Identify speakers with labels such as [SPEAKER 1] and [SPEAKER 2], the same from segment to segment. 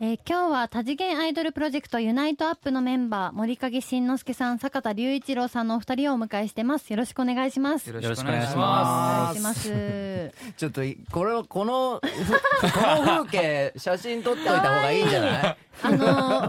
[SPEAKER 1] えー今日は多次元アイドルプロジェクトユナイトアップのメンバー、森影慎之介さん、坂田隆一郎さんのお二人をお迎えしてます。よろしくお願いします。
[SPEAKER 2] よ
[SPEAKER 1] お
[SPEAKER 2] ろ
[SPEAKER 3] よろし
[SPEAKER 2] し
[SPEAKER 3] く
[SPEAKER 2] く
[SPEAKER 3] お
[SPEAKER 2] お
[SPEAKER 3] 願
[SPEAKER 2] 願
[SPEAKER 3] い
[SPEAKER 2] い
[SPEAKER 3] し
[SPEAKER 1] 願
[SPEAKER 2] しま
[SPEAKER 1] いし
[SPEAKER 2] す。
[SPEAKER 1] ます。
[SPEAKER 3] ちょっといこれはこのふこの風景写真撮っといた方がいいんじゃない
[SPEAKER 1] あの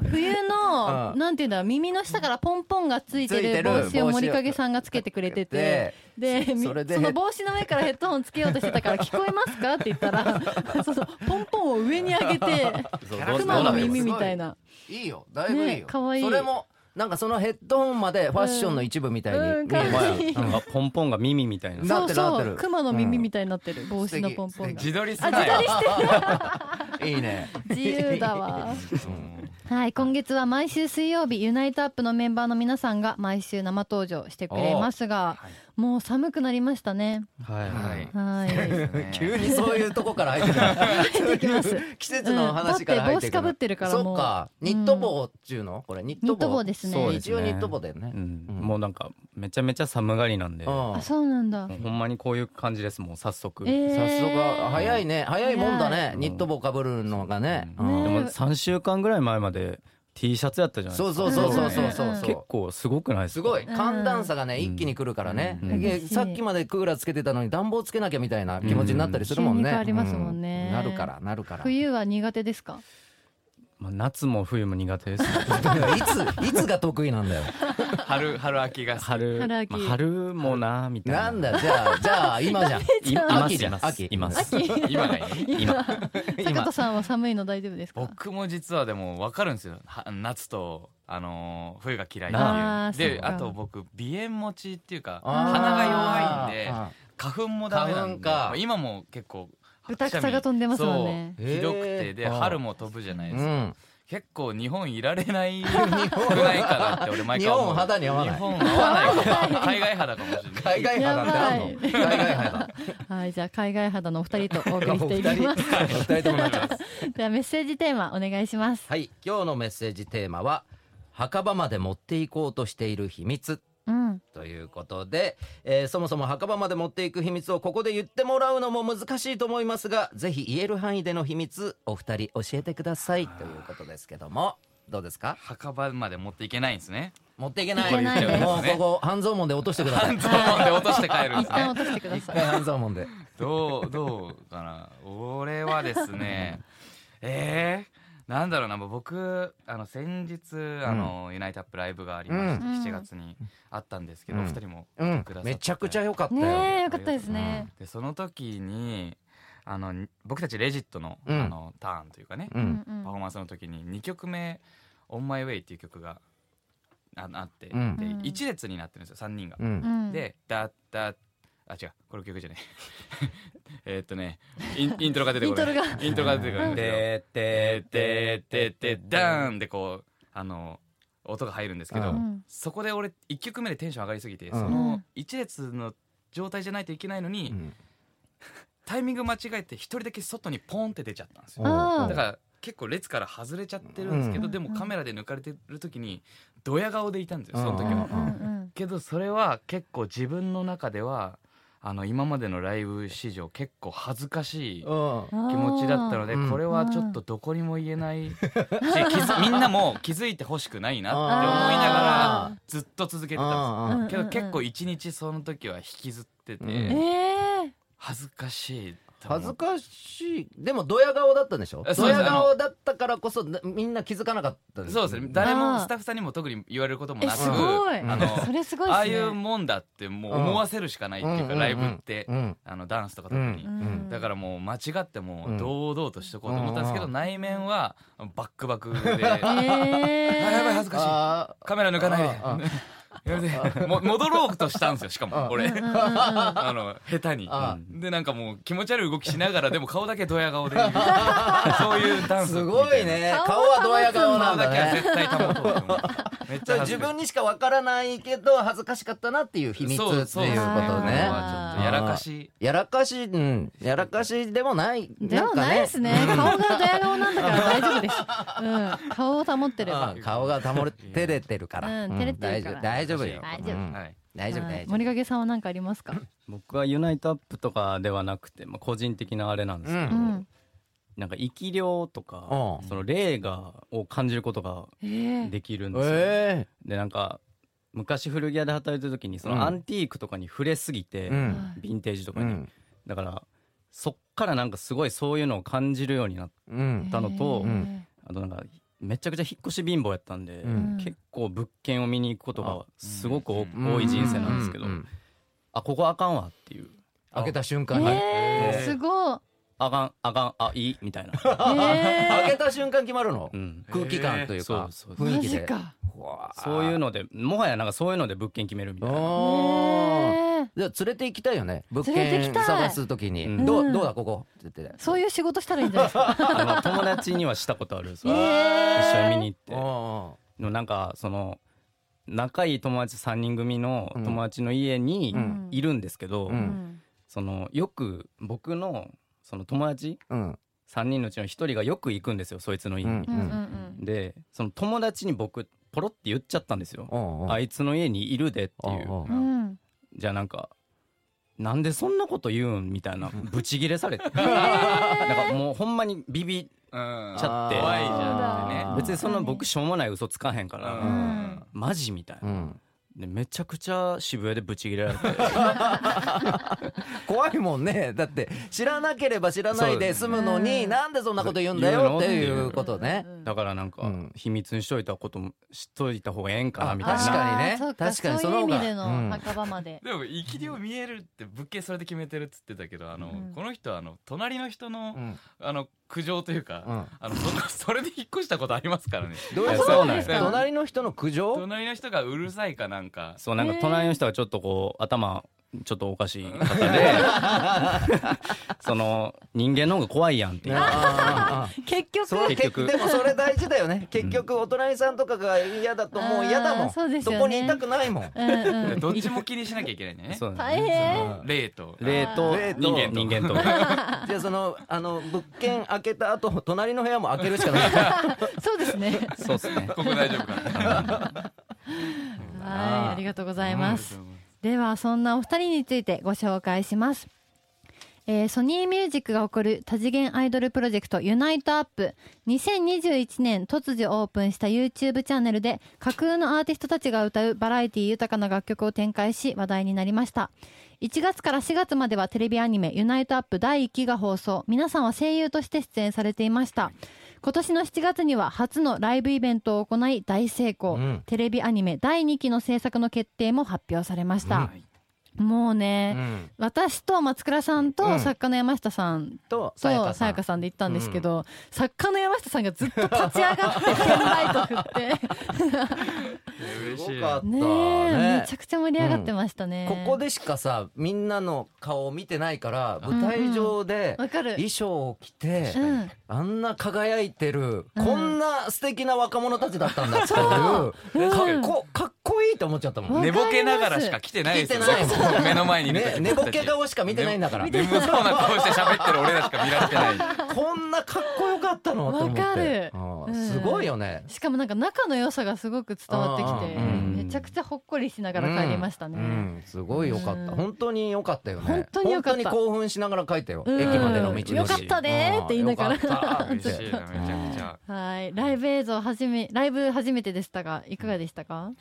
[SPEAKER 1] ー冬の、
[SPEAKER 3] うん
[SPEAKER 1] なんていうんだろう耳の下からポンポンがついて
[SPEAKER 3] ついて
[SPEAKER 1] る
[SPEAKER 3] る
[SPEAKER 1] 帽子
[SPEAKER 3] 帽子
[SPEAKER 1] を
[SPEAKER 3] を
[SPEAKER 1] 森影さんがつけてくれて てでみ
[SPEAKER 3] それで
[SPEAKER 1] その帽子の上からヘッドホンつけようとしてたから「聞こえますか?」って言ったら そのポンポンを上に上げ て
[SPEAKER 3] そう
[SPEAKER 2] ど
[SPEAKER 1] 熊
[SPEAKER 2] ど
[SPEAKER 1] の
[SPEAKER 2] うなってます
[SPEAKER 1] 耳みたいな。
[SPEAKER 3] いいよだいぶいい
[SPEAKER 1] ね
[SPEAKER 3] よ、
[SPEAKER 1] かわいい
[SPEAKER 3] それもなんかそのヘッドホンまでファッションの一部みたいに
[SPEAKER 1] うんうん
[SPEAKER 3] 見える
[SPEAKER 1] かわいい
[SPEAKER 3] うん
[SPEAKER 2] あポンポンが耳みたいな。
[SPEAKER 3] な
[SPEAKER 1] そ
[SPEAKER 3] っ
[SPEAKER 1] う
[SPEAKER 3] てるなっ
[SPEAKER 1] そ
[SPEAKER 3] てる
[SPEAKER 1] う熊の耳みたいになってる帽子のポンポンが
[SPEAKER 2] 自撮りす
[SPEAKER 1] あ
[SPEAKER 2] な
[SPEAKER 1] 自
[SPEAKER 2] よ
[SPEAKER 1] 撮りしてる
[SPEAKER 3] いいね
[SPEAKER 1] 自由だわ
[SPEAKER 2] うん
[SPEAKER 1] はい今月は毎週水曜日ユナイトアップのメンバーの皆さんが毎週生登場してくれますがもう寒くなりましたね
[SPEAKER 2] はいはい。
[SPEAKER 1] はい
[SPEAKER 3] 急にそういうとこから入ってくる
[SPEAKER 1] 入ってきます
[SPEAKER 3] そういう季節の話から入ってくる、
[SPEAKER 1] うんだって帽子かぶってるからもう
[SPEAKER 3] そっかニット帽っちゅうの、これニッ
[SPEAKER 1] ニ
[SPEAKER 3] ト
[SPEAKER 1] ット
[SPEAKER 3] 帽
[SPEAKER 1] 帽です
[SPEAKER 2] そう
[SPEAKER 1] ね
[SPEAKER 2] で。す
[SPEAKER 3] 一応ニット帽だよね、
[SPEAKER 2] うん
[SPEAKER 3] うん
[SPEAKER 2] もうなんかめちゃめちゃ寒がりなんで、も
[SPEAKER 1] あ、そうなんだ。
[SPEAKER 2] うほんまにこういう感じですもう早速。
[SPEAKER 1] え
[SPEAKER 2] で
[SPEAKER 1] ー
[SPEAKER 3] さすが早いね早いもんだね
[SPEAKER 2] 早い
[SPEAKER 3] ニット帽かぶるのがね、
[SPEAKER 2] う
[SPEAKER 3] うん
[SPEAKER 1] ね
[SPEAKER 2] も三週間ぐらい前まで T シャツやったじゃないで
[SPEAKER 3] そう
[SPEAKER 2] すか。
[SPEAKER 3] そうそうそうそう
[SPEAKER 1] うん
[SPEAKER 3] そう
[SPEAKER 1] うん
[SPEAKER 3] そう
[SPEAKER 2] 結構すごくないです
[SPEAKER 3] す
[SPEAKER 2] か。
[SPEAKER 3] ごい寒暖差がね、
[SPEAKER 2] うん
[SPEAKER 3] 一気に来るからね、
[SPEAKER 2] うん
[SPEAKER 3] でさっきまでクーラーつけてたのに暖房つけなきゃみたいな気持ちになったりする
[SPEAKER 1] 急
[SPEAKER 3] もん
[SPEAKER 1] に
[SPEAKER 3] ね、
[SPEAKER 1] 変わりますもん
[SPEAKER 3] うん
[SPEAKER 1] ね。
[SPEAKER 3] なるか。らなるからい
[SPEAKER 1] 冬は苦手ですか。
[SPEAKER 2] まあ夏も冬も苦手です。
[SPEAKER 3] やいついつが得意なんだよ
[SPEAKER 2] 春春秋が春
[SPEAKER 1] 春秋
[SPEAKER 2] まあ春もなみたいな。
[SPEAKER 3] なんだじゃあじゃあ今じゃん
[SPEAKER 2] いいま
[SPEAKER 3] 秋
[SPEAKER 2] す
[SPEAKER 3] じ
[SPEAKER 2] い
[SPEAKER 3] ゃん
[SPEAKER 2] ます
[SPEAKER 3] 秋
[SPEAKER 2] います。
[SPEAKER 4] 今がいい
[SPEAKER 2] 今
[SPEAKER 1] 坂田さんは寒いの大丈夫ですか。
[SPEAKER 4] 僕も実はでも分かるんですよは夏と、あのー冬が嫌い
[SPEAKER 1] なあ
[SPEAKER 4] っていうで
[SPEAKER 1] あー
[SPEAKER 4] あと僕鼻炎持ちっていうか
[SPEAKER 3] あー
[SPEAKER 4] 鼻が弱いんで
[SPEAKER 3] あ
[SPEAKER 4] 花粉もダメなんで
[SPEAKER 3] 花粉か
[SPEAKER 4] 今も結構
[SPEAKER 1] 豚草が飛んでますもんね
[SPEAKER 4] そうひどく
[SPEAKER 3] へー
[SPEAKER 4] てで
[SPEAKER 3] あー
[SPEAKER 4] 春も飛ぶじゃな
[SPEAKER 3] ー
[SPEAKER 4] いうですか、
[SPEAKER 3] ん
[SPEAKER 4] 結構日本いられないくらいかなって俺毎回思う
[SPEAKER 3] 日本肌に合わない
[SPEAKER 4] 日本合わないかも海外肌かもしれない
[SPEAKER 3] 海外派なんてあんの海外派だ
[SPEAKER 1] はい、じゃあ海外肌のお二人とお送
[SPEAKER 3] お
[SPEAKER 1] りしていきます。
[SPEAKER 3] 二人ともなっちゃう
[SPEAKER 1] ではメッセージテーマお願いします。
[SPEAKER 3] はい今日のメッセージテーマは墓場まで持っていこうとしている秘密
[SPEAKER 1] うん。
[SPEAKER 3] ということで、えーそもそも墓場まで持っていく秘密をここで言ってもらうのも難しいと思いますがぜひ言える範囲での秘密お二人教えてくださいということですけどもどうですか
[SPEAKER 4] 墓場まで持っていけないんですね
[SPEAKER 3] 持っていけない
[SPEAKER 1] いけないです
[SPEAKER 3] もうここ半蔵門で落としてください
[SPEAKER 4] 半蔵門で落として帰るん
[SPEAKER 1] 一
[SPEAKER 4] ですね
[SPEAKER 1] 旦落としてくだ
[SPEAKER 3] 一
[SPEAKER 1] さ
[SPEAKER 3] 回
[SPEAKER 1] い。
[SPEAKER 3] 半蔵門で
[SPEAKER 4] どうどうかな俺はですねえー、なんだろうな僕あの先日あの、ユナイトアップライブがありまして、
[SPEAKER 1] うん
[SPEAKER 4] 7月にあったんですけど、
[SPEAKER 3] う
[SPEAKER 4] お
[SPEAKER 3] ん
[SPEAKER 4] 二人も
[SPEAKER 3] う
[SPEAKER 4] 来て
[SPEAKER 3] ん
[SPEAKER 4] くださって
[SPEAKER 3] めちゃくちゃ良かったよ、
[SPEAKER 1] ねえ、よかったですね。
[SPEAKER 4] でその時にあのに僕たちレジットの,、
[SPEAKER 3] うん
[SPEAKER 4] あのターンというかね、
[SPEAKER 3] う
[SPEAKER 1] うんん
[SPEAKER 4] パフォーマンスの時に2曲目「On My Way」っていう曲がああって、
[SPEAKER 3] うん
[SPEAKER 4] で
[SPEAKER 1] うん
[SPEAKER 4] 1列になってるんですよ3人が
[SPEAKER 3] う。
[SPEAKER 1] うんん。うん、
[SPEAKER 4] で、だだあ違うこれ曲じゃね ええーっとねインイントロが出てこない
[SPEAKER 1] イントロ
[SPEAKER 4] イントロが出てこないで
[SPEAKER 2] で
[SPEAKER 4] で
[SPEAKER 2] でで
[SPEAKER 4] でででダーンでこうあの音が入るんですけど、
[SPEAKER 3] うん
[SPEAKER 4] そこで俺1曲目でテンション上がりすぎ
[SPEAKER 3] う
[SPEAKER 4] て、
[SPEAKER 3] ん
[SPEAKER 4] その1列の状態じゃないといけないのに、
[SPEAKER 3] うん
[SPEAKER 4] タイミング間違えて1人だけ外にポンって出ちゃったんですよ
[SPEAKER 1] あー
[SPEAKER 4] だから結構列から外れちゃってるんですけ
[SPEAKER 1] う
[SPEAKER 4] ど、
[SPEAKER 1] ん
[SPEAKER 4] でもカメラで抜かれてる時にドヤ顔でいたんですよその時
[SPEAKER 1] う
[SPEAKER 4] は。
[SPEAKER 1] んうん
[SPEAKER 4] けどそれは結構自分の中ではあの今までのライブ史上結構恥ずかしい
[SPEAKER 3] うん
[SPEAKER 1] うん。
[SPEAKER 4] 気持ちだったので
[SPEAKER 3] あー
[SPEAKER 4] これはちょっとどこにも言えないし気づみんなも気づいてほしくないなって思いなが
[SPEAKER 3] あ
[SPEAKER 4] らずっと続けてたん
[SPEAKER 3] うんうん
[SPEAKER 4] ですけど結構一日その時は引きずって
[SPEAKER 3] うん
[SPEAKER 1] え
[SPEAKER 4] て
[SPEAKER 1] え。
[SPEAKER 4] 恥ずかしいと思う
[SPEAKER 3] 恥ずかしいでもドヤ顔だったんでしょ
[SPEAKER 4] あそ
[SPEAKER 3] ド
[SPEAKER 4] うです
[SPEAKER 3] ヤ顔だったからこそなみんな気づかなかった
[SPEAKER 4] そうですね
[SPEAKER 3] だ
[SPEAKER 4] 誰
[SPEAKER 1] あー
[SPEAKER 4] もスタッフさんにも特に言われることも
[SPEAKER 1] え、
[SPEAKER 4] なく
[SPEAKER 1] すごい。
[SPEAKER 3] あ
[SPEAKER 4] の
[SPEAKER 1] それすごいですね。
[SPEAKER 4] ああいうもんだってもう思わせるしかないっていうかライブって
[SPEAKER 3] うん
[SPEAKER 4] あのダンスとか特に
[SPEAKER 3] う
[SPEAKER 1] うん
[SPEAKER 4] だからもう間違っても
[SPEAKER 3] うん
[SPEAKER 4] う堂々としとこうと思ったんですけど、
[SPEAKER 3] うん
[SPEAKER 4] 内面はバックバ クで「
[SPEAKER 1] え
[SPEAKER 4] あ
[SPEAKER 1] え。
[SPEAKER 4] やばい恥ずかしい
[SPEAKER 3] あー
[SPEAKER 4] カメラ抜かないで
[SPEAKER 3] あ」
[SPEAKER 4] やめても戻ろうとしたんですよしかも俺
[SPEAKER 1] うんうんうんうん
[SPEAKER 4] あの下手に
[SPEAKER 3] あ
[SPEAKER 4] でなんかもう気持ち悪い動きしながらでも顔だけドヤ顔で そういうダンス
[SPEAKER 3] す
[SPEAKER 4] み
[SPEAKER 3] ご
[SPEAKER 4] た
[SPEAKER 3] いね
[SPEAKER 1] 顔
[SPEAKER 3] 顔
[SPEAKER 1] は
[SPEAKER 3] は
[SPEAKER 1] ド
[SPEAKER 3] ド
[SPEAKER 1] ヤ
[SPEAKER 3] ヤ
[SPEAKER 1] 顔
[SPEAKER 3] 顔
[SPEAKER 1] な
[SPEAKER 3] な
[SPEAKER 4] 顔
[SPEAKER 3] ん
[SPEAKER 4] だ
[SPEAKER 3] だ
[SPEAKER 4] けは
[SPEAKER 3] ね
[SPEAKER 4] 絶対保とうと思うめっちゃ恥
[SPEAKER 3] 自
[SPEAKER 4] ずかしい
[SPEAKER 3] 分にしかわからないけど恥ずかしかったなっていう秘密っていう
[SPEAKER 4] そ
[SPEAKER 3] こと
[SPEAKER 4] そうそう
[SPEAKER 3] ね
[SPEAKER 4] まあちょっとやらかし
[SPEAKER 3] やらかしうんやらかしでもない
[SPEAKER 1] で
[SPEAKER 3] ん
[SPEAKER 1] も
[SPEAKER 3] か
[SPEAKER 1] ないですね。顔がドヤ顔なんだから大丈夫です。うん、顔を保ってれば
[SPEAKER 3] あ。ー顔が保れ照れてるから、
[SPEAKER 1] う
[SPEAKER 3] うんん
[SPEAKER 1] 照れてるから
[SPEAKER 3] 大丈夫大丈夫よ
[SPEAKER 1] 大丈夫
[SPEAKER 3] うん
[SPEAKER 4] はい
[SPEAKER 3] 大丈夫
[SPEAKER 1] はい
[SPEAKER 3] 大丈夫
[SPEAKER 1] 森影さんは何かありますか。
[SPEAKER 2] 僕はユナイトアップとかではなくて、まあ、個人的なあれなんですけど、
[SPEAKER 1] うん、
[SPEAKER 2] なんか生き量とか
[SPEAKER 3] うん
[SPEAKER 2] その霊がを感じることが
[SPEAKER 1] えー
[SPEAKER 2] できるんですよ、
[SPEAKER 3] え
[SPEAKER 2] でなんか昔古着屋で働いてる時にそ
[SPEAKER 3] うん
[SPEAKER 2] のアンティークとかに触れすぎて、
[SPEAKER 3] えうん
[SPEAKER 1] はい
[SPEAKER 2] ヴィンテージとか
[SPEAKER 3] う
[SPEAKER 2] に、
[SPEAKER 3] ん
[SPEAKER 2] だからそっからなんかすごいそういうのを感じるようになって
[SPEAKER 3] うん
[SPEAKER 2] たのと
[SPEAKER 1] えー
[SPEAKER 3] うん
[SPEAKER 2] あとなんかめちゃくちゃ引っ越し貧乏やったんで、
[SPEAKER 3] う
[SPEAKER 1] うん
[SPEAKER 2] 結構物件を見に行くことがすごく多
[SPEAKER 4] う
[SPEAKER 2] 多い人生なんですけど、
[SPEAKER 3] うう
[SPEAKER 2] あここあかんわっていう
[SPEAKER 3] 開けた瞬間に、
[SPEAKER 1] え
[SPEAKER 3] え
[SPEAKER 1] ー
[SPEAKER 3] ー
[SPEAKER 1] すごい
[SPEAKER 2] あかんあかんあいいみたいな、
[SPEAKER 1] えー
[SPEAKER 3] 開けた瞬間決まるの、
[SPEAKER 2] うん、
[SPEAKER 3] 空気感というか、
[SPEAKER 2] そうそう
[SPEAKER 3] 雰囲
[SPEAKER 1] マ
[SPEAKER 3] 気
[SPEAKER 1] ジ
[SPEAKER 3] で
[SPEAKER 1] か
[SPEAKER 2] そういう
[SPEAKER 3] の
[SPEAKER 2] のでもはやなんかそういうので物件決めるみたいな
[SPEAKER 1] え
[SPEAKER 3] あー
[SPEAKER 1] ー
[SPEAKER 3] じゃあ連れて行きたいよね物
[SPEAKER 1] 連れて
[SPEAKER 3] 件
[SPEAKER 1] 行きたい
[SPEAKER 3] 探すときに、
[SPEAKER 2] うん
[SPEAKER 3] ど
[SPEAKER 1] う
[SPEAKER 3] うんどうだここって言って
[SPEAKER 1] そういう仕事したらいいんじゃないですか
[SPEAKER 2] あの友達にはしたことあるんですよ
[SPEAKER 1] え
[SPEAKER 2] 一緒に見
[SPEAKER 1] に
[SPEAKER 2] に行って
[SPEAKER 3] おうお
[SPEAKER 2] のなんかその仲いい友達3人組の
[SPEAKER 3] うん
[SPEAKER 2] 友達の家に
[SPEAKER 1] うん
[SPEAKER 2] いるんですけど、
[SPEAKER 3] うん
[SPEAKER 2] そのよく僕のその友達
[SPEAKER 3] ううん
[SPEAKER 2] 3人のうちの1人がよく行くんですよそいつの家
[SPEAKER 3] う
[SPEAKER 2] に
[SPEAKER 3] ん、
[SPEAKER 1] うんうんうん
[SPEAKER 2] でその友達に僕ポロって言っちゃったんですよ、
[SPEAKER 3] おうおう
[SPEAKER 2] あいつの家にいるでって
[SPEAKER 3] おう
[SPEAKER 2] いう、
[SPEAKER 3] お
[SPEAKER 1] う
[SPEAKER 3] う
[SPEAKER 1] ん
[SPEAKER 2] じゃあなんかなんでそんなこと言うんみたいなブチギレされ て、なんかもうほんまにビビ
[SPEAKER 4] うん
[SPEAKER 2] ちゃって
[SPEAKER 4] 怖いじゃんってね
[SPEAKER 3] あー
[SPEAKER 2] 別にそんな僕しょうもない嘘つかへんから、
[SPEAKER 4] うん
[SPEAKER 1] うん
[SPEAKER 2] マジみたいな、
[SPEAKER 3] うん
[SPEAKER 2] でめちゃくちゃ渋谷でブチギレられて
[SPEAKER 3] 怖いもんねだって知らなければ知らないで済むのに、
[SPEAKER 1] うん
[SPEAKER 3] なんでそんなこと言うんだよっていうことね、
[SPEAKER 2] だからなんか
[SPEAKER 3] うん
[SPEAKER 2] 秘密にしといたこともしといた方がええんかなみたい
[SPEAKER 3] 確
[SPEAKER 2] な
[SPEAKER 3] かにね
[SPEAKER 1] あーそう
[SPEAKER 3] 確か
[SPEAKER 1] そ
[SPEAKER 3] にそう
[SPEAKER 1] い
[SPEAKER 3] の
[SPEAKER 1] う
[SPEAKER 3] 方
[SPEAKER 1] 意
[SPEAKER 3] が
[SPEAKER 1] 味で
[SPEAKER 3] うん
[SPEAKER 1] の墓場まで
[SPEAKER 4] でも生き量見えるって物件それで決めてるっつってたけどあの、
[SPEAKER 1] うん
[SPEAKER 4] この人はあの隣の人の,、
[SPEAKER 3] うん
[SPEAKER 4] あの苦情というか、
[SPEAKER 3] うん
[SPEAKER 4] あのそんなそれで引っ越したことありますからね
[SPEAKER 3] どう
[SPEAKER 2] い
[SPEAKER 3] い
[SPEAKER 2] や
[SPEAKER 3] う
[SPEAKER 2] そ
[SPEAKER 3] こ
[SPEAKER 2] う
[SPEAKER 3] と
[SPEAKER 2] なんです
[SPEAKER 4] か
[SPEAKER 3] 隣の人の苦情
[SPEAKER 4] 隣の人がうるさいかなんか
[SPEAKER 2] そうなんか
[SPEAKER 1] へー
[SPEAKER 2] 隣の人はちょっとこう頭ちょっとおかしい方で その人間の方が怖いやんっていう
[SPEAKER 3] あー
[SPEAKER 1] 結局
[SPEAKER 3] そう
[SPEAKER 2] 結局
[SPEAKER 3] でもそれ大事だよね結局お隣さんとかが嫌だともう嫌だも
[SPEAKER 1] あ
[SPEAKER 3] ん
[SPEAKER 1] ーそうですよね
[SPEAKER 3] こにいたくないもん
[SPEAKER 1] うんうん
[SPEAKER 4] どっちも気にしなきゃいけないんだよね
[SPEAKER 2] そうだ
[SPEAKER 1] 大
[SPEAKER 2] ね
[SPEAKER 1] 変
[SPEAKER 4] 霊と
[SPEAKER 2] 霊と
[SPEAKER 3] 霊と
[SPEAKER 2] 人間人間と
[SPEAKER 3] じゃあそのあの物件開けた後隣の部屋も開けるしか ない
[SPEAKER 1] そうですね
[SPEAKER 2] そうっすね
[SPEAKER 4] ここ大丈夫かな
[SPEAKER 1] はいありがとうございますではそんなお二人についてご紹介します、えーソニーミュージックが送る多次元アイドルプロジェクトユナイトアップ2021年突如オープンした YouTube チャンネルで架空のアーティストたちが歌うバラエティ豊かな楽曲を展開し話題になりました1月から4月まではテレビアニメ「ユナイトアップ第1期」が放送皆さんは声優として出演されていました今年の7月には初のライブイベントを行い大成功、
[SPEAKER 3] うん
[SPEAKER 1] テレビアニメ第2期の制作の決定も発表されました、もうね、私と松倉さん
[SPEAKER 3] う
[SPEAKER 1] と
[SPEAKER 3] ん
[SPEAKER 1] 作家の山下さんと
[SPEAKER 3] とさやか
[SPEAKER 1] さ
[SPEAKER 3] さ
[SPEAKER 1] や
[SPEAKER 3] ん
[SPEAKER 1] かさんで行ったんですけど、作家の山下さんがずっと立ち上がってペンライト振 って
[SPEAKER 4] 嬉し
[SPEAKER 3] す
[SPEAKER 4] い
[SPEAKER 3] ごかった
[SPEAKER 1] ねえ
[SPEAKER 3] ね
[SPEAKER 1] めちゃくちゃ盛り上がってましたね、
[SPEAKER 3] ここでしかさみんなの顔を見てないから舞台上で
[SPEAKER 1] わかる
[SPEAKER 3] 衣装を着て
[SPEAKER 1] うん
[SPEAKER 3] あんな輝いてる
[SPEAKER 1] うん
[SPEAKER 3] こんな素敵な若者たちだったんだっていうかっこかっこいいと思っちゃったもん
[SPEAKER 1] わ
[SPEAKER 4] 寝ぼけながらしか来てないですよ
[SPEAKER 3] 来てない
[SPEAKER 4] そこ目の前にいる
[SPEAKER 3] ね
[SPEAKER 4] 人
[SPEAKER 3] 寝ぼけ顔しか見てないんだから
[SPEAKER 4] 眠そうな顔して喋ってる俺らしか見られてない
[SPEAKER 3] こんなかっこよかったのと思って
[SPEAKER 1] わかる
[SPEAKER 3] うん
[SPEAKER 1] うん
[SPEAKER 3] すごいよね
[SPEAKER 1] しかもなんか仲の良さがすごく伝わってきて、
[SPEAKER 3] うん
[SPEAKER 1] めちゃくちゃほっこりしながら帰りましたね、
[SPEAKER 3] うんうんすごい良かった、
[SPEAKER 1] うん
[SPEAKER 3] 本当に良かったよね
[SPEAKER 1] 本当に良かった
[SPEAKER 3] 本当に興奮しながら書いたよ、
[SPEAKER 1] うん
[SPEAKER 3] 駅までの道のり
[SPEAKER 2] 良かった
[SPEAKER 1] ねーって言いながら
[SPEAKER 3] うん良かった
[SPEAKER 4] 嬉しいなめちゃくちゃ
[SPEAKER 1] はいライブ映像はじめライブ初めてでしたがいかがでしたか、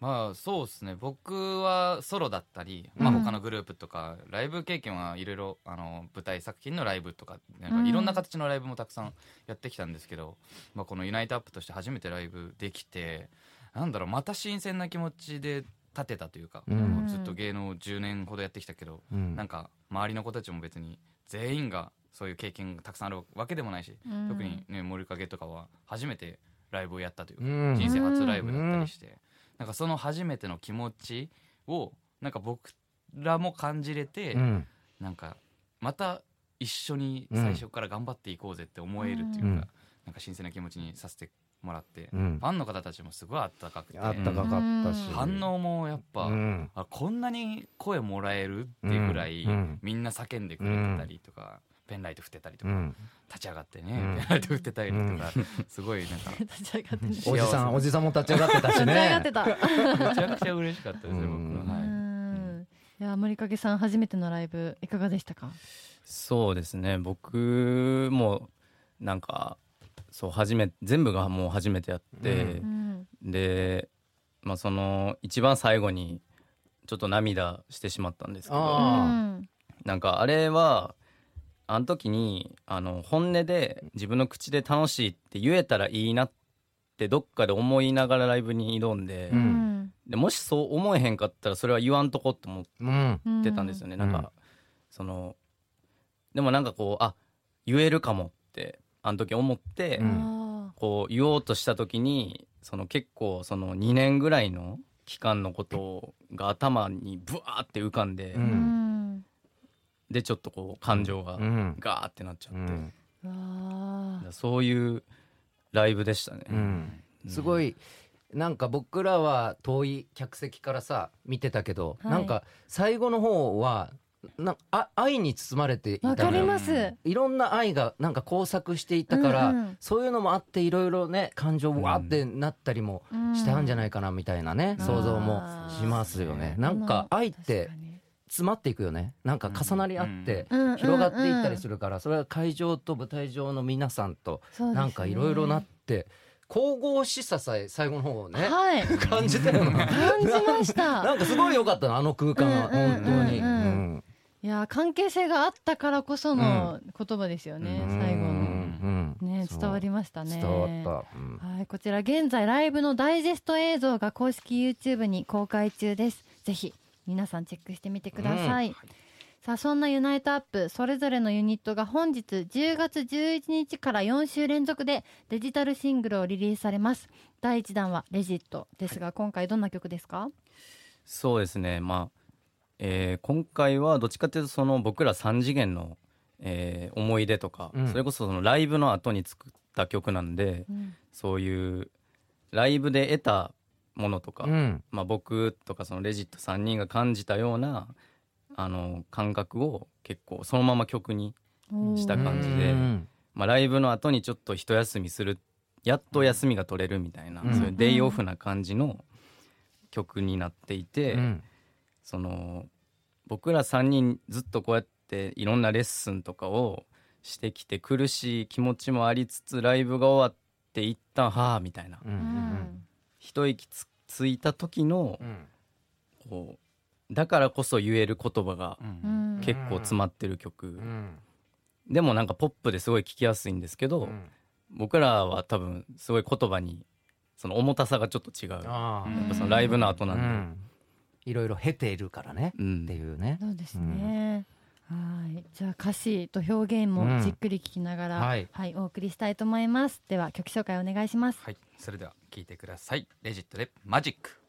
[SPEAKER 4] まあそうですね僕はソロだったり、まあ、
[SPEAKER 1] うん
[SPEAKER 4] 他のグループとか、ライブ経験はいろいろあの舞台作品のライブとかなん
[SPEAKER 1] うん
[SPEAKER 4] かいろんな形のライブもたくさんやってきたんですけど、まあ、この「ユナイトアップとして初めてライブできてなんだろうまた新鮮な気持ちで立てたというか、
[SPEAKER 3] うん
[SPEAKER 4] もうずっと芸能10年ほどやってきたけど、
[SPEAKER 3] うん
[SPEAKER 4] なんか周りの子たちも別に全員がそういう経験がたくさんあるわけでもないし、
[SPEAKER 1] うん
[SPEAKER 4] 特に、ね、森影とかは初めてライブをやったというか
[SPEAKER 3] う。ん
[SPEAKER 4] 人生初ライブだったりして、なんかその初めての気持ちをなんか僕らも感じれて、
[SPEAKER 3] うん
[SPEAKER 4] なんかまた一緒に最初から頑張っていこうぜって思えるっていうか、
[SPEAKER 3] うん
[SPEAKER 4] なんか新鮮な気持ちにさせてもらって、
[SPEAKER 3] うん
[SPEAKER 4] ファンの方たちもすごいあったかくて
[SPEAKER 3] あったかかったし
[SPEAKER 4] 反応もやっぱ、
[SPEAKER 3] うん
[SPEAKER 4] あこんなに声もらえるっていうぐらい、
[SPEAKER 3] うんうん
[SPEAKER 4] みんな叫んでくれてたりとか、ペンライト振ってたりと
[SPEAKER 3] う
[SPEAKER 4] か、
[SPEAKER 3] ん
[SPEAKER 4] 立ち上がってね、
[SPEAKER 3] うん
[SPEAKER 4] ペンライト振ってたりとか、すごいなんか
[SPEAKER 1] 立ち上がってね
[SPEAKER 3] おじさんおじさんも立ち上がってた
[SPEAKER 1] 立
[SPEAKER 3] し
[SPEAKER 1] ち上がっ
[SPEAKER 3] ね
[SPEAKER 1] てた
[SPEAKER 4] めちゃくちゃ嬉しかったですね、
[SPEAKER 3] うん
[SPEAKER 4] 僕は。はい
[SPEAKER 1] うんいや森影さん初めてのライブいかがでしたか
[SPEAKER 2] そうですね僕もなんかそう初め全部がもう初めてやって
[SPEAKER 1] う、ん
[SPEAKER 2] で、まあ、その一番最後にちょっと涙してしまったんですけど
[SPEAKER 1] う
[SPEAKER 3] あー
[SPEAKER 1] ん
[SPEAKER 2] なんかあれはあの時にあの本音で自分の口で楽しいって言えたらいいなってどっかで思いながらライブに挑んで,、
[SPEAKER 3] う
[SPEAKER 1] うんん
[SPEAKER 2] でもしそう思えへんかったらそれは言わんとこって思っ
[SPEAKER 3] うん
[SPEAKER 2] てたんですよね、
[SPEAKER 3] ん
[SPEAKER 2] なんか、
[SPEAKER 3] うん
[SPEAKER 2] そのでもなんかこうあ言えるかもってあの時思って、
[SPEAKER 3] うん
[SPEAKER 1] あ
[SPEAKER 2] こう言おうとした時にその結構その2年ぐらいの期間のことが頭にブワーって浮かんで、
[SPEAKER 3] うん
[SPEAKER 1] ーうん
[SPEAKER 2] でちょっとこう感情が
[SPEAKER 3] うん
[SPEAKER 2] ガーってなっちゃって、だか
[SPEAKER 1] うわー
[SPEAKER 2] らそういうライブでしたね、
[SPEAKER 3] うんすごいなんか僕らは遠い客席からさ見てたけど、
[SPEAKER 1] はい
[SPEAKER 3] なんか最後の方はなあ愛に包まれていた
[SPEAKER 1] わか
[SPEAKER 3] の
[SPEAKER 1] り
[SPEAKER 3] よ
[SPEAKER 1] ます
[SPEAKER 3] いろんな愛がなんか交錯していたから、
[SPEAKER 1] うんうん
[SPEAKER 3] そういうのもあっていろいろね感情わーってなったりもしたんじゃないいかなみたいなね、
[SPEAKER 1] うん
[SPEAKER 3] 想像も
[SPEAKER 1] あー
[SPEAKER 3] しますよね。
[SPEAKER 4] そうですね
[SPEAKER 3] なんか愛っ
[SPEAKER 1] 確
[SPEAKER 3] て
[SPEAKER 1] かに
[SPEAKER 3] 詰まっていくよねなんか重なり合って
[SPEAKER 1] うんうん
[SPEAKER 3] 広がっていったりするからそれは会場と舞台上の皆さんと
[SPEAKER 1] そうですね
[SPEAKER 3] なんかいろいろなって神々しささえ最後の方をね
[SPEAKER 1] はい
[SPEAKER 3] 感じたよ
[SPEAKER 1] 感
[SPEAKER 3] な
[SPEAKER 1] じまし
[SPEAKER 3] な
[SPEAKER 1] た
[SPEAKER 3] んかすごい良かったなあの空間は
[SPEAKER 1] うんうん
[SPEAKER 3] 本当に
[SPEAKER 1] うんうんいや関係性があったからこその言葉ですよね
[SPEAKER 3] うん
[SPEAKER 1] 最後
[SPEAKER 3] う
[SPEAKER 1] の
[SPEAKER 3] んうん
[SPEAKER 1] ね
[SPEAKER 3] そう
[SPEAKER 1] 伝わりましたね
[SPEAKER 3] 伝わったうん
[SPEAKER 1] はい、こちら現在ライブのダイジェスト映像が公式 YouTube に公開中です。ぜひ皆さんチェックしてみてください。さあそんなユナイトアップそれぞれのユニットが本日10月11日から4週連続でデジタルシングルをリリースされます第1弾は「レジット」ですが、今回どんな曲ですか
[SPEAKER 2] そうですねまあ、えー今回はどっちかというとその僕ら3次元の、えー思い出とか、
[SPEAKER 3] うん
[SPEAKER 2] それこそそのライブの後に作った曲なんで
[SPEAKER 1] うん
[SPEAKER 2] そういうライブで得たものとか、
[SPEAKER 3] うん
[SPEAKER 2] まあ、僕とかそのレジット3人が感じたようなあの感覚を結構そのまま曲に、した感じで
[SPEAKER 3] うん
[SPEAKER 2] まあ、ライブの後にちょっと一休みするやっと休みが取れるみたいな、
[SPEAKER 3] うん
[SPEAKER 2] そういうデイオフな感じの曲になっていて、
[SPEAKER 3] うん
[SPEAKER 2] その僕ら3人ずっとこうやっていろんなレッスンとかをしてきて苦しい気持ちもありつつライブが終わって一旦はあみたいな
[SPEAKER 3] う
[SPEAKER 1] うんん
[SPEAKER 2] 一息つついた時の
[SPEAKER 3] うんうん
[SPEAKER 2] こうだからこそ言える言葉が
[SPEAKER 4] うん
[SPEAKER 1] うん
[SPEAKER 2] 結構詰まってる曲
[SPEAKER 3] うん
[SPEAKER 2] でもなんかポップですごい聴きやすいんですけど
[SPEAKER 3] うん
[SPEAKER 2] 僕らは多分すごい言葉にその重たさがちょっと違うや
[SPEAKER 3] あ
[SPEAKER 4] うん
[SPEAKER 2] っぱそのライブの後
[SPEAKER 3] あう
[SPEAKER 2] なんで
[SPEAKER 3] んいろいろ経ているからね
[SPEAKER 2] う
[SPEAKER 3] って
[SPEAKER 2] ん
[SPEAKER 3] いうね
[SPEAKER 1] そうですね、はいじゃあ歌詞と表現
[SPEAKER 3] うん
[SPEAKER 1] もじっくり聞きながら、
[SPEAKER 3] は
[SPEAKER 1] はいい、お送りしたいと思いますでは曲紹介お願いします
[SPEAKER 4] はいそれでは聞いてくださいレジットでマジック